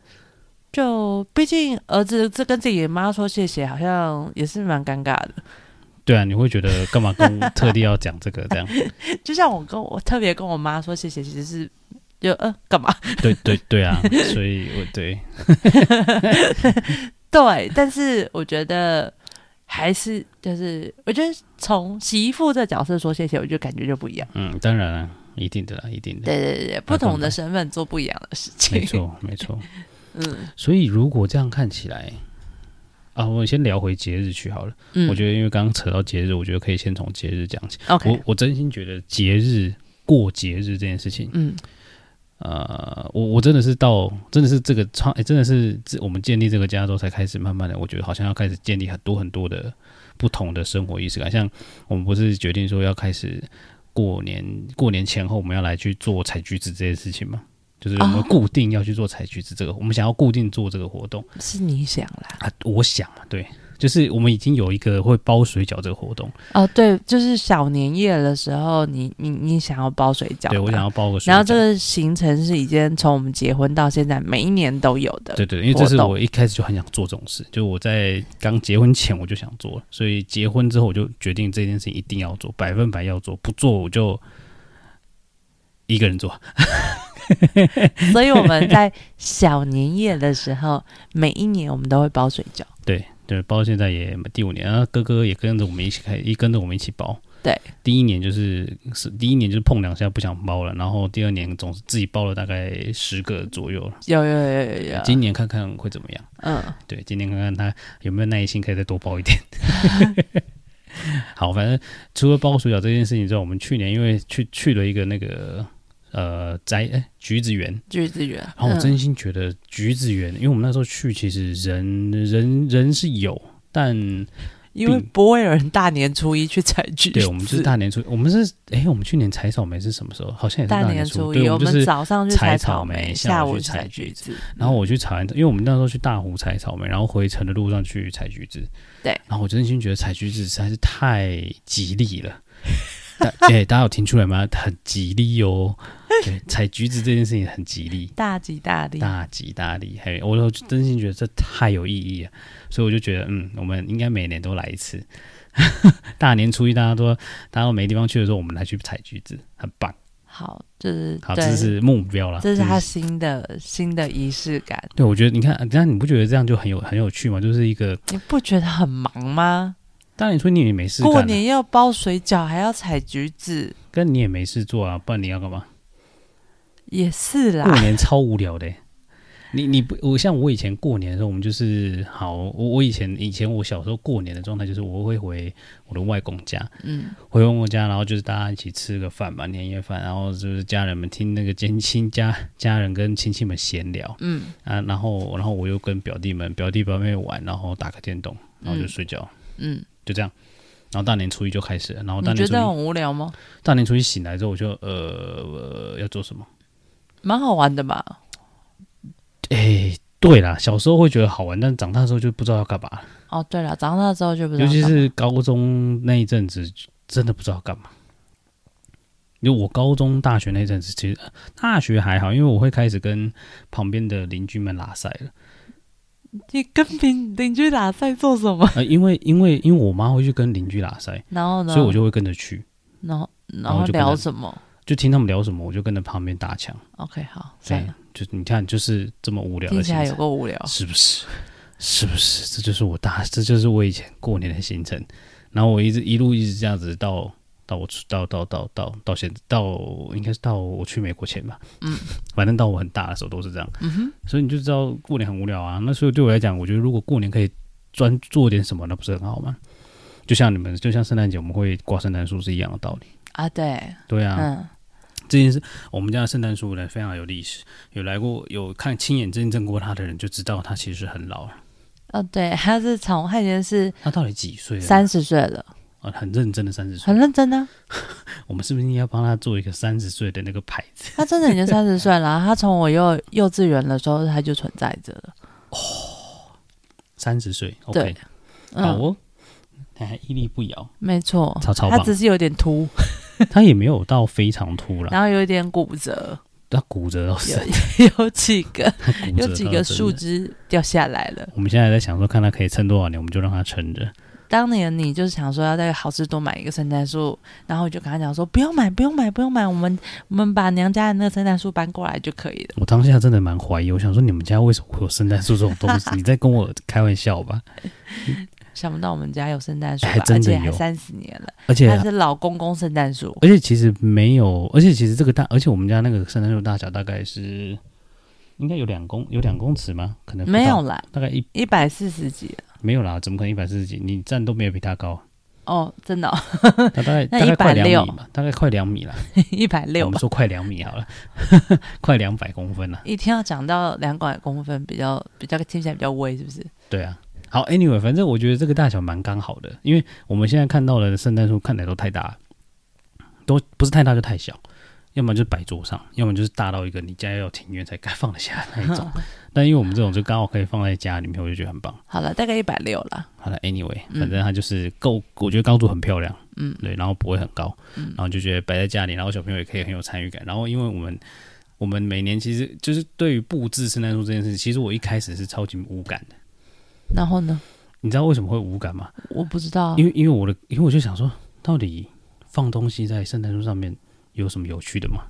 [SPEAKER 2] 就毕竟儿子这跟自己的妈说谢谢，好像也是蛮尴尬的。
[SPEAKER 1] 对啊，你会觉得干嘛跟我特地要讲这个这 样？
[SPEAKER 2] 就像我跟我特别跟我妈说谢谢，其实是就呃干嘛？
[SPEAKER 1] 对对对啊，所以我对
[SPEAKER 2] 对，但是我觉得还是就是，我觉得从媳妇这角色说谢谢，我就感觉就不一样。
[SPEAKER 1] 嗯，当然啊，一定的啦，一定的，
[SPEAKER 2] 对对对对，不同的身份做不一样的事
[SPEAKER 1] 嗯
[SPEAKER 2] 情。
[SPEAKER 1] 没，错没错。
[SPEAKER 2] 嗯
[SPEAKER 1] 所以如果这样看起来啊，我先聊回节日去好了。
[SPEAKER 2] 嗯，
[SPEAKER 1] 我觉得因为刚刚扯到节日，我觉得可以先从节日讲起。
[SPEAKER 2] 得 OK，
[SPEAKER 1] 我我真心觉得节日过节日这件事情，
[SPEAKER 2] 嗯
[SPEAKER 1] 呃，我我真的是到真的是这个创，诶真的是自我们建立这个家之后，才开始慢慢的，我觉得好像要开始建立很多很多的不同的生活仪式感。像我们不是决定说要开始过年过年前后我们要来去做采橘子这件事情吗？就是我们
[SPEAKER 2] 哦
[SPEAKER 1] 固定要去做采橘子这个，我们想要固定做这个活动
[SPEAKER 2] 是你想啦。
[SPEAKER 1] 啊。我想嘛，对，就是我们已经有一个会包水饺这个活动，
[SPEAKER 2] 哦，对，就是小年夜的时候，你你你想要包水饺，
[SPEAKER 1] 对我想。要包个水饺。
[SPEAKER 2] 然后这个行程是已经从我们结婚到现在每一年都有的，
[SPEAKER 1] 对对，因为这是
[SPEAKER 2] 活动
[SPEAKER 1] 我一开始就很想做这种事，就我在刚结婚前我就想做了，所以结婚之后我就决定这件事情一定要做，百分百要做，不做我就一个人做。
[SPEAKER 2] 所以我们在小年夜的时候，每一年我们都会包水饺。
[SPEAKER 1] 对对，包括现在也第五年，然后哥哥也跟着我们一起开，一跟着我们一起包。
[SPEAKER 2] 对，
[SPEAKER 1] 第一年就是是第一年就是碰两下不想包了，然后第二年总是自己包了大概十个左右了。
[SPEAKER 2] 有有有有有，
[SPEAKER 1] 今年看看会怎么样。
[SPEAKER 2] 嗯，
[SPEAKER 1] 对，今天看看他有没有耐心，可以再多包 一点。好，反正除了包水饺这件事情之外，我们去年因为去去了一个那个呃摘、哎橘子园，
[SPEAKER 2] 橘子园。
[SPEAKER 1] 然哦后我
[SPEAKER 2] 嗯
[SPEAKER 1] 真心觉得橘子园，因为我们那时候去其实人人人是有，但
[SPEAKER 2] 因为不会有人大年初一去采橘子，
[SPEAKER 1] 对我们就是大年初，我们是哎、我们去年采草莓是什么时候？好像也是
[SPEAKER 2] 大
[SPEAKER 1] 年
[SPEAKER 2] 年初
[SPEAKER 1] 对，
[SPEAKER 2] 一，
[SPEAKER 1] 我
[SPEAKER 2] 我
[SPEAKER 1] 们就
[SPEAKER 2] 们
[SPEAKER 1] 是。
[SPEAKER 2] 早上去
[SPEAKER 1] 采
[SPEAKER 2] 草
[SPEAKER 1] 草莓
[SPEAKER 2] 下
[SPEAKER 1] 下午
[SPEAKER 2] 午
[SPEAKER 1] 去采
[SPEAKER 2] 橘
[SPEAKER 1] 橘
[SPEAKER 2] 子。
[SPEAKER 1] 然后我去采完，因为我们那时候去大湖采草莓，然后回程的路上去采橘子。
[SPEAKER 2] 对
[SPEAKER 1] 然后我真心觉得采橘子实在是太吉利了。大 哎、大家有听出来吗？很吉利哦。对，采橘子这件事情很吉利，
[SPEAKER 2] 大吉大利，
[SPEAKER 1] 大吉大利。还有，我就
[SPEAKER 2] 嗯
[SPEAKER 1] 真心觉得这太有意义了，所以我就觉得，嗯，我们应该每年都来一次。 大年初一大家都大家都没地方去的时候，我们来去采橘子，很棒。
[SPEAKER 2] 好，就是
[SPEAKER 1] 好，
[SPEAKER 2] 对
[SPEAKER 1] 这是目标啦。
[SPEAKER 2] 这是
[SPEAKER 1] 嗯
[SPEAKER 2] 他新的新的仪式感。
[SPEAKER 1] 对，我觉得你看，那你不觉得这样就很有很有趣吗？就是一个
[SPEAKER 2] 你不觉得很忙吗？
[SPEAKER 1] 大年初一你也没事干、啊，
[SPEAKER 2] 过年要包水饺，还要采橘子，
[SPEAKER 1] 跟你也没事做啊，不然你要干嘛？
[SPEAKER 2] 也是
[SPEAKER 1] 过
[SPEAKER 2] 啦。
[SPEAKER 1] 年超无聊的欸、你你不我像我以前过年的时候，我们就是好，我我以前以前我小时候过年的状态就是我会回我的外公家，
[SPEAKER 2] 嗯，
[SPEAKER 1] 回外公家，然后就是大家一起吃个饭吧，年夜饭，然后就是家人们听那个亲亲家家人跟亲戚们闲聊，
[SPEAKER 2] 嗯
[SPEAKER 1] 啊，然后然后我又跟表弟们表弟表妹玩，然后打个电动，然后就
[SPEAKER 2] 嗯
[SPEAKER 1] 睡觉，
[SPEAKER 2] 嗯，
[SPEAKER 1] 就这样。然后大年初一就开始了，然后哦大
[SPEAKER 2] 你
[SPEAKER 1] 年
[SPEAKER 2] 觉
[SPEAKER 1] 初一
[SPEAKER 2] 得很无聊吗？
[SPEAKER 1] 大年初一醒来之后，我就呃呃要做什么？
[SPEAKER 2] 蛮好玩的吧？
[SPEAKER 1] 哎、对啦，小时候会觉得好玩，但长大之后就不知道要干嘛了。
[SPEAKER 2] 哦，对了，长大之后就不知道
[SPEAKER 1] 尤
[SPEAKER 2] 干
[SPEAKER 1] 其
[SPEAKER 2] 嘛，
[SPEAKER 1] 是高中那一阵子，真的不知道干嘛。因为我高中、大学那一阵子，其实呃大学还好，因为我会开始跟旁边的邻居们拉塞了。
[SPEAKER 2] 你跟邻邻居打赛做什么？
[SPEAKER 1] 呃，因为因为因为我妈会去跟邻居拉塞，
[SPEAKER 2] 然后呢？
[SPEAKER 1] 所以我就会跟着去，
[SPEAKER 2] 然后然
[SPEAKER 1] 然后
[SPEAKER 2] 后
[SPEAKER 1] 就跟他
[SPEAKER 2] 聊什么
[SPEAKER 1] 就听他们聊什么，我就跟着旁边搭腔。
[SPEAKER 2] ？OK，好，算
[SPEAKER 1] 哎、
[SPEAKER 2] 了，
[SPEAKER 1] 就你看，就是这么无聊
[SPEAKER 2] 听
[SPEAKER 1] 的
[SPEAKER 2] 起
[SPEAKER 1] 行
[SPEAKER 2] 来
[SPEAKER 1] 程
[SPEAKER 2] 有。够无聊。
[SPEAKER 1] 是不是？是不是？这就是我大，这就是我以前过年的行程。然后我一直一路一直这样子到到我出到到到到到现到应该是到我去美国前吧。
[SPEAKER 2] 嗯，
[SPEAKER 1] 反正到我很大的时候都是这样。
[SPEAKER 2] 嗯哼，
[SPEAKER 1] 所以你就知道过年很无聊啊。那所以对我来讲，我觉得如果过年可以专做点什么，那不是很好吗？就像你们，就像圣诞节我们会挂圣诞树是一样的道理。
[SPEAKER 2] 啊，对，
[SPEAKER 1] 对啊，
[SPEAKER 2] 嗯，
[SPEAKER 1] 这件事，我们家的圣诞树呢非常有历史，有来过有看亲眼见证过它的人就知道它其实很老了。
[SPEAKER 2] 哦，对，他是从他已经是
[SPEAKER 1] 它到底几岁了？
[SPEAKER 2] 三十岁了，
[SPEAKER 1] 啊，很认真的三十岁
[SPEAKER 2] 很。认真啊。
[SPEAKER 1] 我们是不是应该帮他做一个三十岁的那个牌子？
[SPEAKER 2] 他真的已经三十岁了啊，他从我幼幼稚园的时候他就存在着了。
[SPEAKER 1] 三十岁
[SPEAKER 2] 对
[SPEAKER 1] ，OK，好
[SPEAKER 2] 嗯，
[SPEAKER 1] 哦， 他还屹立不摇，
[SPEAKER 2] 没错，
[SPEAKER 1] 超超
[SPEAKER 2] 他
[SPEAKER 1] 棒啊
[SPEAKER 2] 只。是有点凸，
[SPEAKER 1] 他也没有到非常秃啦，
[SPEAKER 2] 然后有一点骨折，
[SPEAKER 1] 他骨折到死，
[SPEAKER 2] 有有几个
[SPEAKER 1] 他骨折
[SPEAKER 2] 有几
[SPEAKER 1] 到
[SPEAKER 2] 个
[SPEAKER 1] 真
[SPEAKER 2] 树
[SPEAKER 1] 的。
[SPEAKER 2] 枝掉下来了。
[SPEAKER 1] 我们现在在想说，看他可以撑多少年，我们就让他撑着。
[SPEAKER 2] 当年你就是想说要在好事多买一个圣诞树，然后我就跟他讲说不用买，不用买，不用买，我们我们把娘家的那个圣诞树搬过来就可以了。
[SPEAKER 1] 我当下真的蛮怀疑，我想说你们家为什么会有圣诞树这种东 西？你在跟我开玩笑吧？
[SPEAKER 2] 想不到我们家有圣诞树吧
[SPEAKER 1] 还，哎真
[SPEAKER 2] 而
[SPEAKER 1] 的
[SPEAKER 2] 且还
[SPEAKER 1] 有啊
[SPEAKER 2] 三十年了，
[SPEAKER 1] 而且
[SPEAKER 2] 它是老公公圣诞树，
[SPEAKER 1] 而且其实没有，而且其实这个大，而且我们家那个圣诞树大小大概是应该有两公有两公尺吗？可能不到
[SPEAKER 2] 没有，啦，
[SPEAKER 1] 大概一
[SPEAKER 2] 一百四十几了
[SPEAKER 1] 没有啦，怎么可能一百四十几？你站都没有比它 高，
[SPEAKER 2] 哦，真的、哦，
[SPEAKER 1] 它大概
[SPEAKER 2] 那
[SPEAKER 1] 大概快
[SPEAKER 2] 160
[SPEAKER 1] 两米吧，大概快两米啦。
[SPEAKER 2] 一百
[SPEAKER 1] 我
[SPEAKER 2] 六
[SPEAKER 1] 们
[SPEAKER 2] 吧，
[SPEAKER 1] 说快两米好了， 快两百公分了。
[SPEAKER 2] 一天要长到两百公分，比较比较听起来比较微，是不是？
[SPEAKER 1] 对啊，好，anyway，反正我觉得这个大小蛮刚好的，因为我们现在看到的圣诞树看起来都太大，都不是太大就太小，要么就是摆桌上，要么就是大到一个你家要有庭院才该放得下那一种。 但因为我们这种就刚好可以放在家里面，我就觉得很棒。
[SPEAKER 2] 好了，大概一百六了，
[SPEAKER 1] 好了，anyway，
[SPEAKER 2] 嗯
[SPEAKER 1] 反正它就是够，我觉得高度很漂亮，
[SPEAKER 2] 嗯
[SPEAKER 1] 对，然后不会很高，然后就觉得摆在家里，然后小朋友也可以很有参与感。然后因为我们我们每年其实就是对于布置圣诞树这件事，其实我一开始是超级无感的。
[SPEAKER 2] 然后呢，
[SPEAKER 1] 你知道为什么会无感吗？
[SPEAKER 2] 我不知道啊，
[SPEAKER 1] 因为因为我的，因为我就想说，到底放东西在圣诞树上面有什么有趣的吗？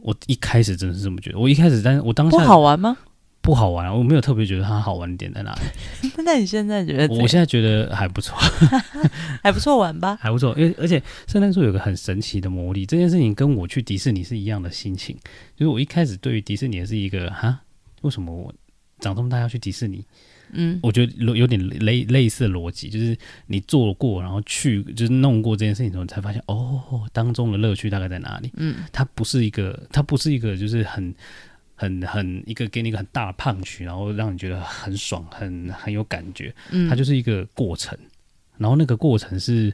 [SPEAKER 1] 我一开始真的是这么觉得，我一开始，但是我当下
[SPEAKER 2] 不好玩吗？
[SPEAKER 1] 不好玩，我没有特别觉得它好玩的点在哪里。
[SPEAKER 2] 那你现在觉得怎
[SPEAKER 1] 我
[SPEAKER 2] 样
[SPEAKER 1] 现在觉得还不错，
[SPEAKER 2] 还不错玩吧？
[SPEAKER 1] 还不错，因为而且圣诞树有个很神奇的魔力，这件事情跟我去迪士尼是一样的心情，就是我一开始对于迪士尼也是一个哈，为什么我长这么大要去迪士尼？
[SPEAKER 2] 嗯，
[SPEAKER 1] 我觉得有有点类类似的逻辑，就是你做过，然后去就是弄过这件事情之后，你才发现哦，当中的乐趣大概在哪里？
[SPEAKER 2] 嗯，
[SPEAKER 1] 它不是一个，它不是一个，就是很很很一个给你一个很大的胖曲，然后让你觉得很爽，很很有感觉，
[SPEAKER 2] 嗯
[SPEAKER 1] 它就是一个过程，然后那个过程是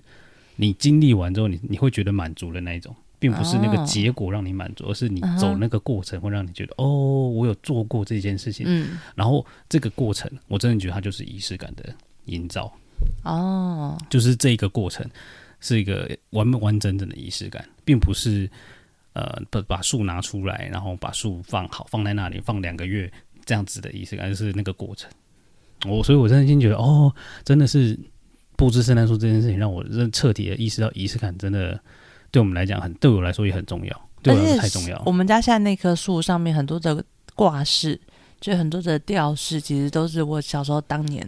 [SPEAKER 1] 你经历完之后你，你会觉得满足的那一种，并不是那个
[SPEAKER 2] 哦
[SPEAKER 1] 结果让你满足，而是你
[SPEAKER 2] 嗯哼
[SPEAKER 1] 走那个过程会让你觉得、哦，我有做过这件事情，
[SPEAKER 2] 嗯
[SPEAKER 1] 然后这个过程，我真的觉得它就是仪式感的营造，
[SPEAKER 2] 哦，
[SPEAKER 1] 就是这个过程是一个完完整整的仪式感，并不是呃把把树拿出来，然后把树放好放在那里放两个月这样子的仪式感，就是那个过程。我所以，我真的心觉得哦，真的是布置圣诞树这件事情，让我认彻底的意识到仪式感真的对我们来讲很，对我来说也很重要，对我来说太重要
[SPEAKER 2] 我。们家现在那棵树上面很多的挂饰，就很多的吊饰，其实都是我小时候当年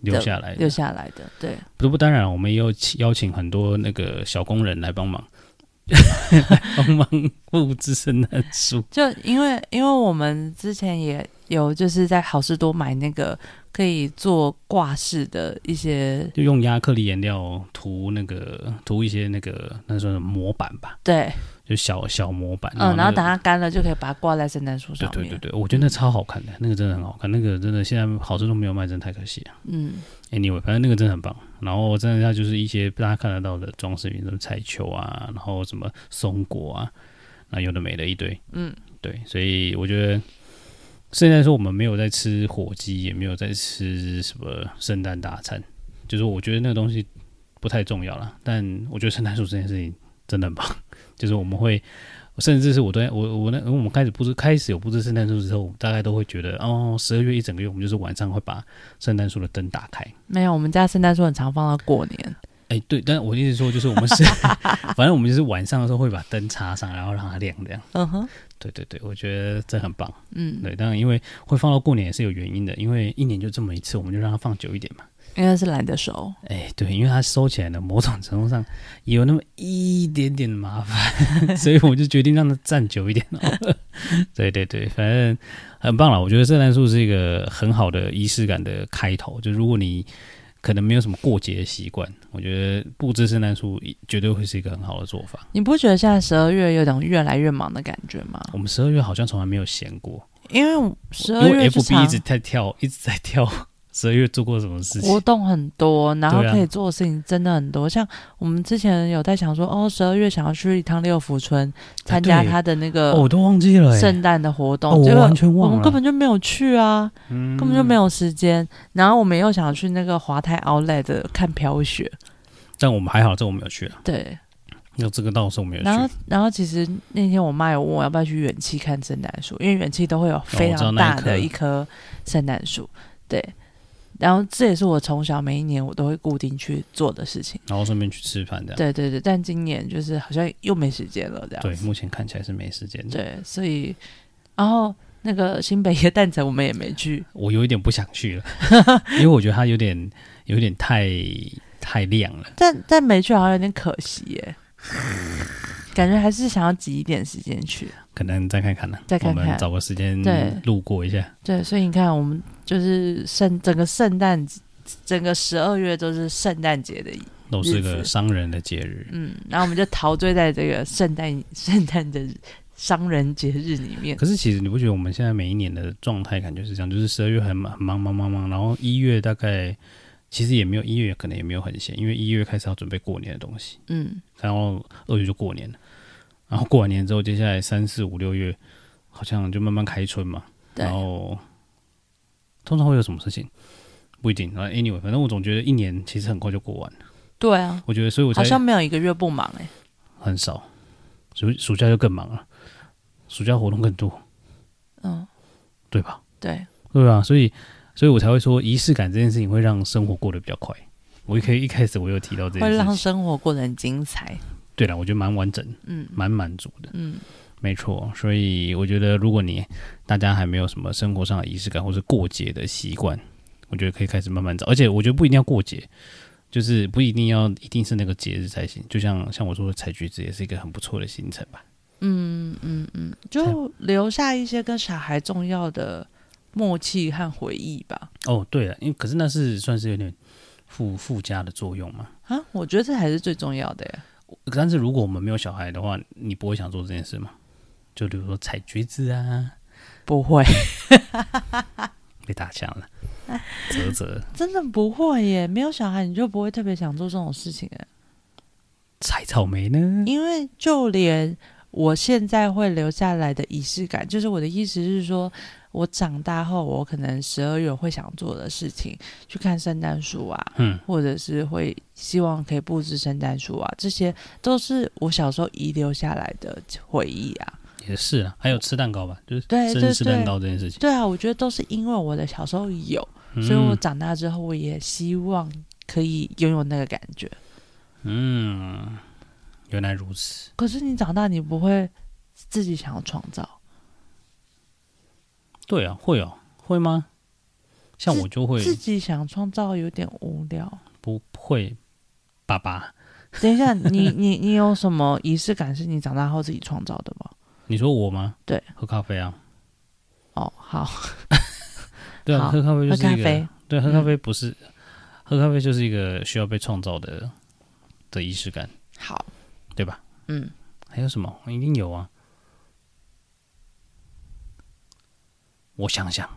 [SPEAKER 1] 留下来的，
[SPEAKER 2] 留下来的。对，
[SPEAKER 1] 不不，当然，我们也有请邀请很多那个小工人来帮忙， 来帮忙布置圣诞树。
[SPEAKER 2] 就因为因为我们之前也有就是在好事多买那个可以做挂饰的一些，
[SPEAKER 1] 就用亚克力颜料涂那个涂一些那个那算什么模板吧，
[SPEAKER 2] 对，
[SPEAKER 1] 就小小模板。
[SPEAKER 2] 嗯，然
[SPEAKER 1] 那
[SPEAKER 2] 后等
[SPEAKER 1] 个
[SPEAKER 2] 它干了就可以把它挂在圣诞树上
[SPEAKER 1] 对
[SPEAKER 2] 面。
[SPEAKER 1] 对对对，我觉得那超好看的，那个真的很好看，那个真的现在好吃都没有卖，真的太可惜了。
[SPEAKER 2] 嗯
[SPEAKER 1] Anyway，反正那个真的很棒。然后真的它就是一些大家看得到的装饰品，什么彩球啊，然后什么松果啊，那有的没的一堆。
[SPEAKER 2] 嗯，
[SPEAKER 1] 对，所以我觉得虽然说我们没有在吃火鸡，也没有在吃什么圣诞大餐，就是我觉得那个东西不太重要了。但我觉得圣诞树这件事情真的很棒， 就是我们会。甚至是我对我我那我们开始布置开始有布置圣诞树之后，我们大概都会觉得哦，十二月一整个月，我们就是晚上会把圣诞树的灯打开。
[SPEAKER 2] 没有，我们家圣诞树很常放到过年。
[SPEAKER 1] 哎、对，但我的意思说，就是我们是，反正我们就是晚上的时候会把灯插上，然后让它亮亮。
[SPEAKER 2] 嗯哼，
[SPEAKER 1] 对对对，我觉得这很棒。
[SPEAKER 2] 嗯，
[SPEAKER 1] 对，当然因为会放到过年也是有原因的，因为一年就这么一次，我们就让它放久一点嘛。
[SPEAKER 2] 应该是懒得收。
[SPEAKER 1] 哎，对，因为它收起来呢，某种程度上也有那么一点点麻 烦，所以我就决定让它站久一点、哦。对对对，反正很棒了。我觉得圣诞树是一个很好的仪式感的开头，就如果你。可能没有什么过节的习惯，我觉得布置圣诞树绝对会是一个很好的做法。
[SPEAKER 2] 你不觉得现在十二月有种越来越忙的感觉吗？
[SPEAKER 1] 我们十二月好像从来没有闲过，
[SPEAKER 2] 因为嗯十
[SPEAKER 1] 因
[SPEAKER 2] 二月
[SPEAKER 1] 为
[SPEAKER 2] 就
[SPEAKER 1] FB
[SPEAKER 2] 常
[SPEAKER 1] 一直在跳，一直在跳。十二月做过什么事
[SPEAKER 2] 活
[SPEAKER 1] 情？
[SPEAKER 2] 动很多，然后
[SPEAKER 1] 对啊
[SPEAKER 2] 可以做的事情真的很多。像我们之前有在想说，哦，十二月想要去一趟六福村参加
[SPEAKER 1] 对
[SPEAKER 2] 他的那个
[SPEAKER 1] 哦，我都忘记了、欸。
[SPEAKER 2] 圣诞的活动，
[SPEAKER 1] 哦我
[SPEAKER 2] 结果
[SPEAKER 1] 完全忘
[SPEAKER 2] 我们
[SPEAKER 1] 了嗯
[SPEAKER 2] 根本就没有去啊，根本就没有时间。然后我们又想去那个华泰 Outlet 看飘雪，
[SPEAKER 1] 但我们还好，这我没有去啊。
[SPEAKER 2] 对。
[SPEAKER 1] 那这个到时候我没有去。
[SPEAKER 2] 然后，然后其实那天我妈有问我要不要去远期看圣诞树，因为远期都会有非
[SPEAKER 1] 哦我知道
[SPEAKER 2] 常
[SPEAKER 1] 那一
[SPEAKER 2] 大
[SPEAKER 1] 棵
[SPEAKER 2] 的一棵圣诞树，对。然后这也是我从小每一年我都会固定去做的事情。
[SPEAKER 1] 然后顺便去吃饭这样。
[SPEAKER 2] 对对对，但今年就是好像又没时间了，这样
[SPEAKER 1] 对，
[SPEAKER 2] 子。
[SPEAKER 1] 目前看起来是没时间的。
[SPEAKER 2] 对，所以然后那个新北耶诞城我们也没去，
[SPEAKER 1] 我有一点不想去了，因为我觉得它有点有点太太亮了。
[SPEAKER 2] 但但没去好像有点可惜 耶，感觉还是想要挤一点时间去。
[SPEAKER 1] 可能再看看呢，
[SPEAKER 2] 再看
[SPEAKER 1] 我
[SPEAKER 2] 看
[SPEAKER 1] 们找个时间
[SPEAKER 2] 对
[SPEAKER 1] 路过一下。
[SPEAKER 2] 对，所以你看，我们就是圣整个圣诞，整个十二月都是圣诞节的，
[SPEAKER 1] 都是
[SPEAKER 2] 日
[SPEAKER 1] 个
[SPEAKER 2] 子
[SPEAKER 1] 商人的节日，
[SPEAKER 2] 嗯，然后我们就陶醉在这个圣诞 圣诞的商人节日里面。
[SPEAKER 1] 可是其实你不觉得我们现在每一年的状态感觉是这样？就是十二月很忙很忙忙忙忙，然后一月大概其实也没有一月可能也没有很闲，因为一月开始要准备过年的东西，
[SPEAKER 2] 嗯，
[SPEAKER 1] 然后二月就过年了，然后过完年之后，接下来三四五六月好像就慢慢开春嘛，
[SPEAKER 2] 对
[SPEAKER 1] 然，后通常会有什么事情？不一定。然后 anyway，反正我总觉得一年其实很快就过完了。
[SPEAKER 2] 对啊，
[SPEAKER 1] 我觉得，所以我才
[SPEAKER 2] 好像没有一个月不忙哎、
[SPEAKER 1] 很少。暑暑假就更忙了，暑假活动更多，
[SPEAKER 2] 嗯，
[SPEAKER 1] 对吧？
[SPEAKER 2] 对，
[SPEAKER 1] 对啊，所以，所以我才会说仪式感这件事情会让生活过得比较快。我一可以一开始我有提到这
[SPEAKER 2] 会
[SPEAKER 1] 件
[SPEAKER 2] 让
[SPEAKER 1] 事情，
[SPEAKER 2] 生活过得很精彩。
[SPEAKER 1] 对了，我觉得蛮完整、
[SPEAKER 2] 嗯
[SPEAKER 1] 蛮满足的，
[SPEAKER 2] 嗯，
[SPEAKER 1] 没错。所以我觉得，如果你大家还没有什么生活上的仪式感或是过节的习惯，我觉得可以开始慢慢找。而且我觉得不一定要过节，就是不一定要一定是那个节日才行。就像像我说的采橘子也是一个很不错的行程吧。
[SPEAKER 2] 就留下一些跟小孩重要的默契和回忆吧。
[SPEAKER 1] 哦，对了，因为可是那是算是有点附附加的作用嘛。
[SPEAKER 2] 啊，我觉得这才是最重要的耶。
[SPEAKER 1] 但是如果我们没有小孩的话，你不会想做这件事吗？就比如说采橘子啊，
[SPEAKER 2] 不会，
[SPEAKER 1] 被打枪了，啧啧，
[SPEAKER 2] 真的不会耶。没有小孩，你就不会特别想做这种事情耶。
[SPEAKER 1] 采草莓呢？
[SPEAKER 2] 因为就连我现在会留下来的仪式感，就是我的意思是说，我长大后，我可能十二月会想做的事情，去看圣诞树啊，
[SPEAKER 1] 嗯，
[SPEAKER 2] 或者是会希望可以布置圣诞树啊，这些都是我小时候遗留下来的回忆啊。
[SPEAKER 1] 也是啊，还有吃蛋糕吧，就是
[SPEAKER 2] 对哎对
[SPEAKER 1] 生日吃蛋糕这件事情。
[SPEAKER 2] 对啊，我觉得都是因为我的小时候有，所以我
[SPEAKER 1] 嗯
[SPEAKER 2] 长大之后我也希望可以拥有那个感觉。
[SPEAKER 1] 嗯，嗯原来如此，
[SPEAKER 2] 可是你长大，你不会自己想要创造，
[SPEAKER 1] 对啊，会哦，会吗？像我就会
[SPEAKER 2] 自己想创造有点无聊。
[SPEAKER 1] 不会，爸爸，
[SPEAKER 2] 等一下，你 你你有什么仪式感是你长大后自己创造的吗？
[SPEAKER 1] 你说我吗？
[SPEAKER 2] 对，
[SPEAKER 1] 喝咖啡啊，
[SPEAKER 2] 哦，好，
[SPEAKER 1] 对啊，
[SPEAKER 2] 好
[SPEAKER 1] 喝咖啡就
[SPEAKER 2] 喝
[SPEAKER 1] 是
[SPEAKER 2] 咖
[SPEAKER 1] 一个
[SPEAKER 2] 啡，嗯
[SPEAKER 1] 对，喝咖啡不是、喝咖啡，就是一个需要被创造的的仪式感，
[SPEAKER 2] 好，
[SPEAKER 1] 对吧？
[SPEAKER 2] 嗯，
[SPEAKER 1] 还有什么？一定有啊！我想想，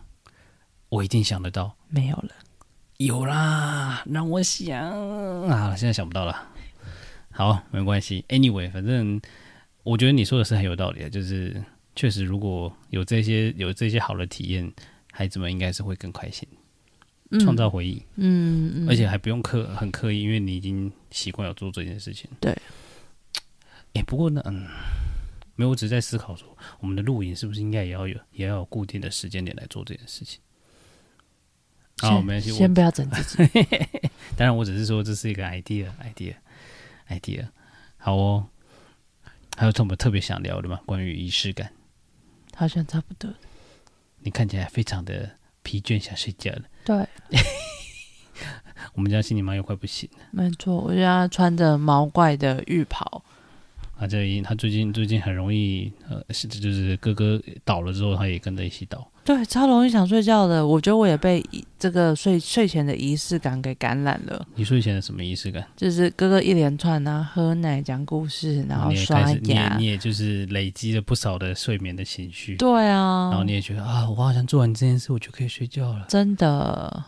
[SPEAKER 1] 我一定想得到。
[SPEAKER 2] 没有了。
[SPEAKER 1] 有啦，让我想啊，现在想不到了。好，没关系。Anyway，反正我觉得你说的是很有道理的，就是确实如果有这些有这些好的体验，孩子们应该是会更开心，
[SPEAKER 2] 嗯
[SPEAKER 1] 创造回忆。
[SPEAKER 2] 嗯嗯，
[SPEAKER 1] 而且还不用刻很刻意，因为你已经习惯有做这件事情。
[SPEAKER 2] 对
[SPEAKER 1] 哎、不过呢，嗯，没有，我只是在思考说，我们的录影是不是应该也要有也要有固定的时间点来做这件事情？好，
[SPEAKER 2] 先
[SPEAKER 1] 没关系。我
[SPEAKER 2] 先不要整自己。
[SPEAKER 1] 当然，我只是说这是一个 idea，idea，idea。好哦，还有什么特别想聊的吗？关于仪式感，
[SPEAKER 2] 好像差不多。
[SPEAKER 1] 你看起来非常的疲倦，想睡觉了。
[SPEAKER 2] 对，
[SPEAKER 1] 我们家新年妈又快不行了，
[SPEAKER 2] 没错，我现在穿着毛怪的浴袍，
[SPEAKER 1] 他啊这他最近最近很容易呃，是就是哥哥倒了之后，他也跟着一起倒。
[SPEAKER 2] 对，超容易想睡觉的。我觉得我也被仪这个睡睡前的仪式感给感染了，
[SPEAKER 1] 你睡前的什么仪式感？
[SPEAKER 2] 就是哥哥一连串啊，喝奶、讲故事，然后
[SPEAKER 1] 哦你也开
[SPEAKER 2] 刷
[SPEAKER 1] 始，你也
[SPEAKER 2] 牙
[SPEAKER 1] 你。也就是累积了不少的睡眠的情绪，
[SPEAKER 2] 对
[SPEAKER 1] 然后
[SPEAKER 2] 啊
[SPEAKER 1] 你，也觉得啊，我好像做完这件事，我就可以睡觉了。
[SPEAKER 2] 真的，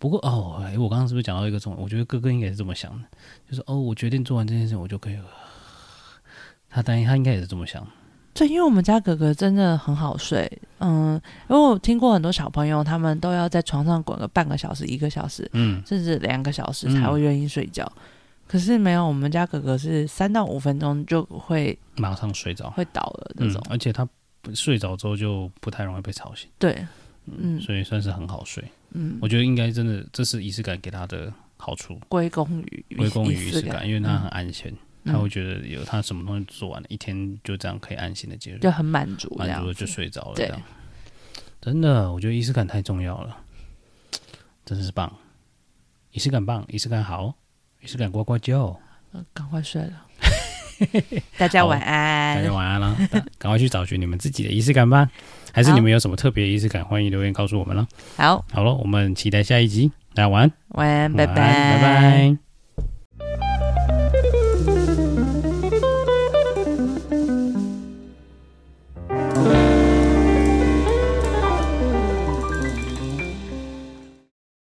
[SPEAKER 1] 不过哦，哎，我刚刚是不是讲到一个重点？我觉得哥哥应该是这么想的，就是哦，我决定做完这件事，我就可以。他担心，他应该也是这么想。
[SPEAKER 2] 对，因为我们家哥哥真的很好睡，嗯，因为我听过很多小朋友，他们都要在床上滚个半个小时、一个小时，
[SPEAKER 1] 嗯，
[SPEAKER 2] 甚至两个小时
[SPEAKER 1] 嗯
[SPEAKER 2] 才会愿意睡觉。可是没有，我们家哥哥是三到五分钟就会
[SPEAKER 1] 马上睡着。
[SPEAKER 2] 会倒了那
[SPEAKER 1] 嗯
[SPEAKER 2] 种。，
[SPEAKER 1] 而且他不睡着之后就不太容易被吵醒，
[SPEAKER 2] 对，嗯
[SPEAKER 1] 所以算是很好睡。
[SPEAKER 2] 嗯
[SPEAKER 1] 我，觉得应该真的，这是仪式感给他的好处，
[SPEAKER 2] 归功于
[SPEAKER 1] 归功于仪式
[SPEAKER 2] 感，
[SPEAKER 1] 感，因为他
[SPEAKER 2] 嗯
[SPEAKER 1] 很安心，
[SPEAKER 2] 嗯
[SPEAKER 1] 他会觉得有他什么东西做完了，一天就这样可以安心的结束
[SPEAKER 2] 就，很满足这
[SPEAKER 1] 满足
[SPEAKER 2] 样
[SPEAKER 1] 了啊就
[SPEAKER 2] 子。
[SPEAKER 1] 睡着了。这
[SPEAKER 2] 嗯对
[SPEAKER 1] 样，真的，我觉得仪式感太重要了，真是棒，仪式感棒，仪式感好，仪式感呱呱叫。
[SPEAKER 2] 呃赶快睡 了，大家
[SPEAKER 1] 好
[SPEAKER 2] 晚
[SPEAKER 1] 大
[SPEAKER 2] 安
[SPEAKER 1] 家。晚安啦，赶快去找寻你们自己的仪式感吧，还是
[SPEAKER 2] 好
[SPEAKER 1] 你们有什么特别的仪式感，欢迎留言告诉我们啦。
[SPEAKER 2] 好，
[SPEAKER 1] 好了，我们期待下一集，大家晚安，
[SPEAKER 2] 晚安，
[SPEAKER 1] 晚安拜拜。